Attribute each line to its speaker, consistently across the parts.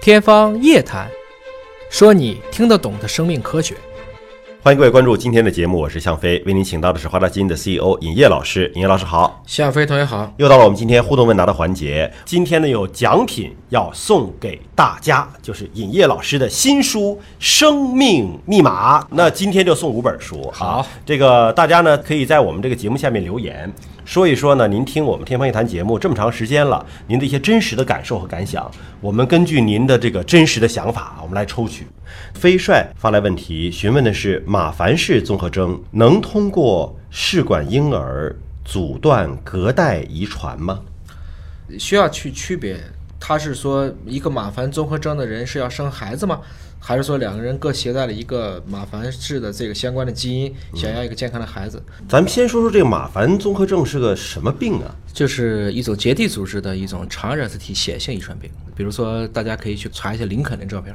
Speaker 1: 天方夜谭，说你听得懂的生命科学。
Speaker 2: 欢迎各位关注今天的节目，我是向飞，为您请到的是华大基因的 CEO 尹烨老师。尹烨老师好，
Speaker 3: 向飞同学好，
Speaker 2: 又到了我们今天互动问答的环节。今天呢有奖品要送给大家，就是尹烨老师的新书《生命密码》。那今天就送五本书。
Speaker 3: 好，
Speaker 2: 这个大家呢可以在我们这个节目下面留言。说一说呢，您听我们《天方夜谭》节目这么长时间了，您的一些真实的感受和感想，我们根据您的这个真实的想法，我们来抽取。飞帅发来问题，询问的是马凡氏综合征能通过试管婴儿阻断隔代遗传吗？
Speaker 3: 需要去区别，他是说一个马凡综合征的人是要生孩子吗？还是说两个人各携带了一个马凡氏的这个相关的基因，
Speaker 1: 嗯
Speaker 3: 想要一个健康的孩子？
Speaker 2: 咱们先说说这个马凡综合症是个什么病啊？
Speaker 1: 就是一种结缔组织的一种常染色体显性遗传病。比如说，大家可以去查一下林肯的照片，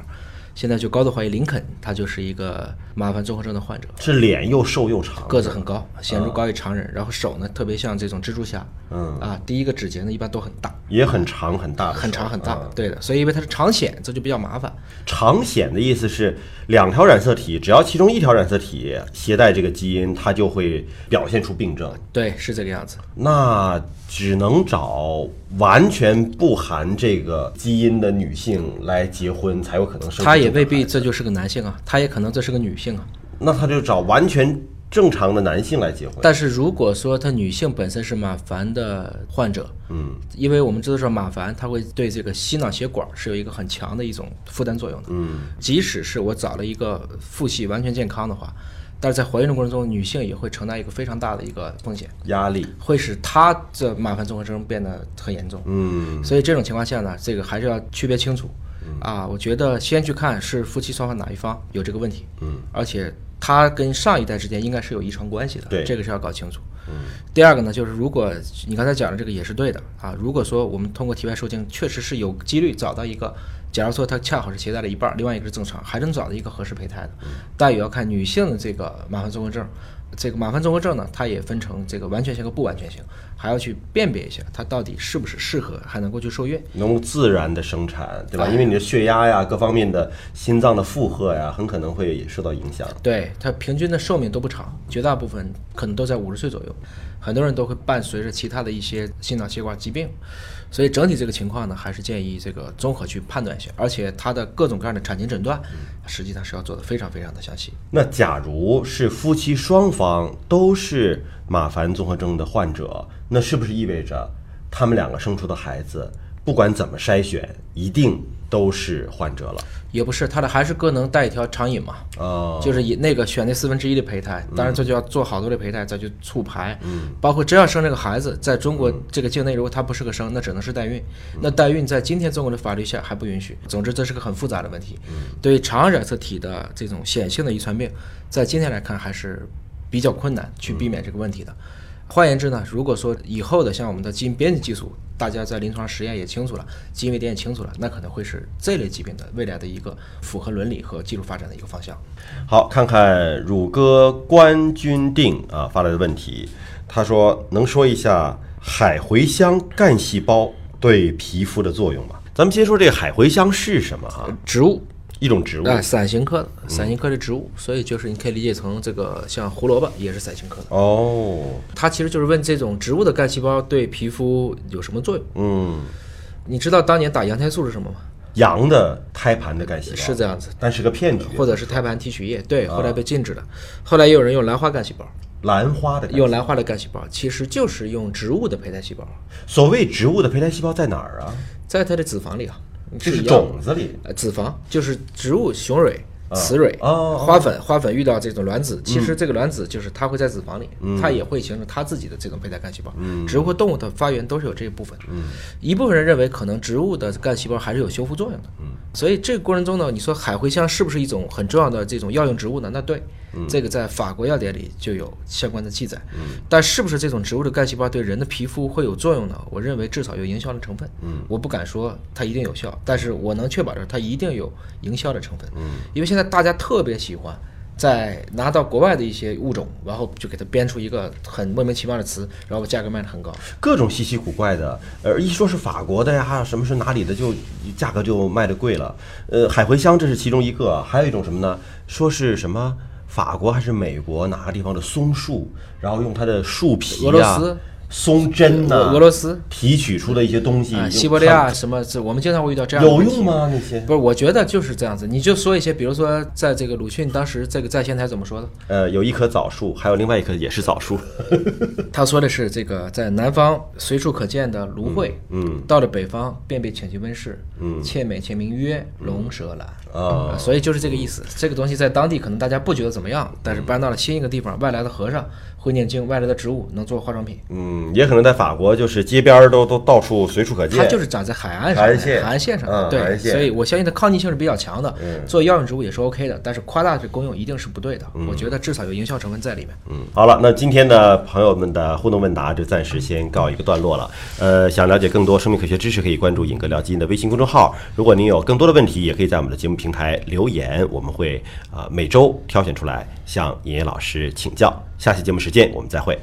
Speaker 1: 现在就高度怀疑林肯他就是一个马凡综合症的患者，
Speaker 2: 是脸又瘦又长，
Speaker 1: 个子很高，显著高于常人，然后手呢特别像这种蜘蛛侠，啊嗯啊，第一个指节呢一般都很大，
Speaker 2: 也很长很大的手，
Speaker 1: 很长很大，对的，所以因为它是啊常显，这就比较麻烦。
Speaker 2: 常显的意思是两条染色体，只要其中一条染色体携带这个基因，它就会表现出病症。
Speaker 1: 对，是这个样子。
Speaker 2: 那只能找完全不含这个基因的女性来结婚才有可能生。
Speaker 1: 他也未，必这就是个男性啊，他也可能这是个女性啊。
Speaker 2: 那他就找完全正常的男性来结婚。
Speaker 1: 但是如果说她女性本身是马凡的患者，嗯，因为我们知道说马凡它会对这个心脑血管是有一个很强的一种负担作用的，嗯，即使是我找了一个父系完全健康的话，但是在怀孕的过程中，女性也会承担一个非常大的一个风险，
Speaker 2: 压力，
Speaker 1: 会使她这马凡综合征变得很严重，
Speaker 2: 嗯，
Speaker 1: 所以这种情况下呢，这个还是要区别清楚。啊，我觉得先去看是夫妻双方哪一方有这个问题，嗯，而且他跟上一代之间应该是有遗传关系的，
Speaker 2: 对
Speaker 1: 这个是要搞清楚。嗯，第二个呢，就是如果你刚才讲的这个也是对的啊，如果说我们通过体外受精确实是有几率找到一个，假如说他恰好是携带了一半儿，另外一个是正常，还能找到一个合适胚胎的，但也要看女性的这个马凡综合症。这个马凡综合症呢，它也分成这个完全性和不完全性，还要去辨别一下它到底是不是适合，还能够去受孕。
Speaker 2: 能够自然的生产，对
Speaker 1: 哎
Speaker 2: 吧？因为你的血压呀，各方面的心脏的负荷呀，很可能会受到影响。
Speaker 1: 对，它平均的寿命都不长，绝大部分可能都在五十岁左右，很多人都会伴随着其他的一些心脑血管疾病，所以整体这个情况呢，还是建议这个综合去判断一下，而且它的各种各样的产前诊断，实际上是要做的非常非常的详细。
Speaker 2: 那假如是夫妻双方都是马凡综合征的患者，那是不是意味着他们两个生出的孩子，不管怎么筛选，一定都是患者了？
Speaker 1: 也不是，它的还是各能带一条肠引嘛，
Speaker 2: 哦，
Speaker 1: 就是以那个选那四分之一的胚胎，当然这就要做好多的胚胎再去促排，包括真要生这个孩子，在中国这个境内，如果他不是个生，那只能是代孕，那代孕在今天中国的法律下还不允许。总之，这是个很复杂的问题。对于常染色体的这种显性的遗传病，在今天来看还是比较困难去避免这个问题的。换言之呢，如果说以后的像我们的基因编辑技术，大家在临床实验也清楚了，基因位点也清楚了，那可能会是这类疾病的未来的一个符合伦理和技术发展的一个方向。
Speaker 2: 好，看看乳鸽关君定啊发来的问题，他说能说一下海茴香干细胞对皮肤的作用吗？咱们先说这个海茴香是什么哈、
Speaker 1: 植物
Speaker 2: 一种植物。
Speaker 1: 啊，伞形科的伞形科的植物，所以就是你可以理解成这个像胡萝卜也是伞形科的。
Speaker 2: 哦，
Speaker 1: 它其实就是问这种植物的干细胞对皮肤有什么作用？
Speaker 2: 嗯，
Speaker 1: 你知道当年打羊胎素是什么吗？
Speaker 2: 羊的胎盘的干细胞
Speaker 1: 是这样子，
Speaker 2: 但是个骗局，
Speaker 1: 或者是胎盘提取液，对，
Speaker 2: 啊
Speaker 1: 后来被禁止了。后来也有人用兰花干细胞，
Speaker 2: 兰花的干细
Speaker 1: 用兰花的干细胞其实就是用植物的胚胎细胞，
Speaker 2: 所谓植物的胚胎细胞在哪儿啊？
Speaker 1: 在它的脂肪里啊，
Speaker 2: 这是
Speaker 1: 一样的
Speaker 2: 种子里。
Speaker 1: 呃，脂肪就是植物雄蕊、雌蕊、
Speaker 2: 哦哦
Speaker 1: 花粉，花粉遇到这种卵子，其实这个卵子就是它会在脂肪里，它也会形成它自己的这种胚胎干细胞。植物和动物的发源都是有这一部分。一部分人认为可能植物的干细胞还是有修复作用的。所以这个过程中呢，你说海茴香是不是一种很重要的这种药用植物呢？那对，这个在法国药典里就有相关的记载。
Speaker 2: 嗯
Speaker 1: 但是不是这种植物的干细胞对人的皮肤会有作用呢？我认为至少有营销的成分。嗯，我不敢说它一定有效，但是我能确保着它一定有营销的成分。嗯，因为现在大家特别喜欢再拿到国外的一些物种，然后就给它编出一个很莫名其妙的词，然后把价格卖得很高。
Speaker 2: 各种稀奇古怪的，呃，一说是法国的呀，什么是哪里的就，价格就卖的贵了。呃，海茴香这是其中一个，啊还有一种什么呢？说是什么法国还是美国哪个地方的松树，然后用它的树皮呀、
Speaker 1: 俄罗斯
Speaker 2: 松针呐、
Speaker 1: 俄俄罗斯
Speaker 2: 提取出的一些东西，
Speaker 1: 啊，
Speaker 2: 用
Speaker 1: 西伯利亚什么，这我们经常会遇到这样的
Speaker 2: 有
Speaker 1: 问题
Speaker 2: 用吗？那些
Speaker 1: 不是，我觉得就是这样子，你就说一些，比如说，在这个鲁迅当时这个在仙台怎么说的？
Speaker 2: 呃，有一棵枣树，还有另外一棵也是枣树。
Speaker 1: 他说的是这个在南方随处可见的芦荟，
Speaker 2: 嗯，
Speaker 1: 到了北方便被请去温室，嗯，妾美且名曰龙舌兰，
Speaker 2: 嗯哦
Speaker 1: 呃所以就是这个意思。这个东西在当地可能大家不觉得怎么样，但
Speaker 2: 嗯
Speaker 1: 是搬到了新一个地方，外来的和尚会念经，外来的植物能做化妆品，
Speaker 2: 嗯，也可能在法国，就是街边儿都都到处随处可见。
Speaker 1: 它就是长在海岸上
Speaker 2: 海
Speaker 1: 的，
Speaker 2: 岸线
Speaker 1: 海岸线上的，
Speaker 2: 嗯海
Speaker 1: 对，
Speaker 2: 岸线嗯
Speaker 1: 所以我相信它抗逆性是比较强的。做药用植物也是 OK 的，但是夸大这功用一定是不对的。我觉得至少有营销成分在里面。
Speaker 2: 嗯，好了，那今天的朋友们的互动问答就暂时先告一个段落了。呃，想了解更多生命科学知识，可以关注“尹哥聊基因”的微信公众号。如果您有更多的问题，也可以在我们的节目平台留言，我们会啊、呃每周挑选出来向尹烨老师请教。下期节目时间我们再会。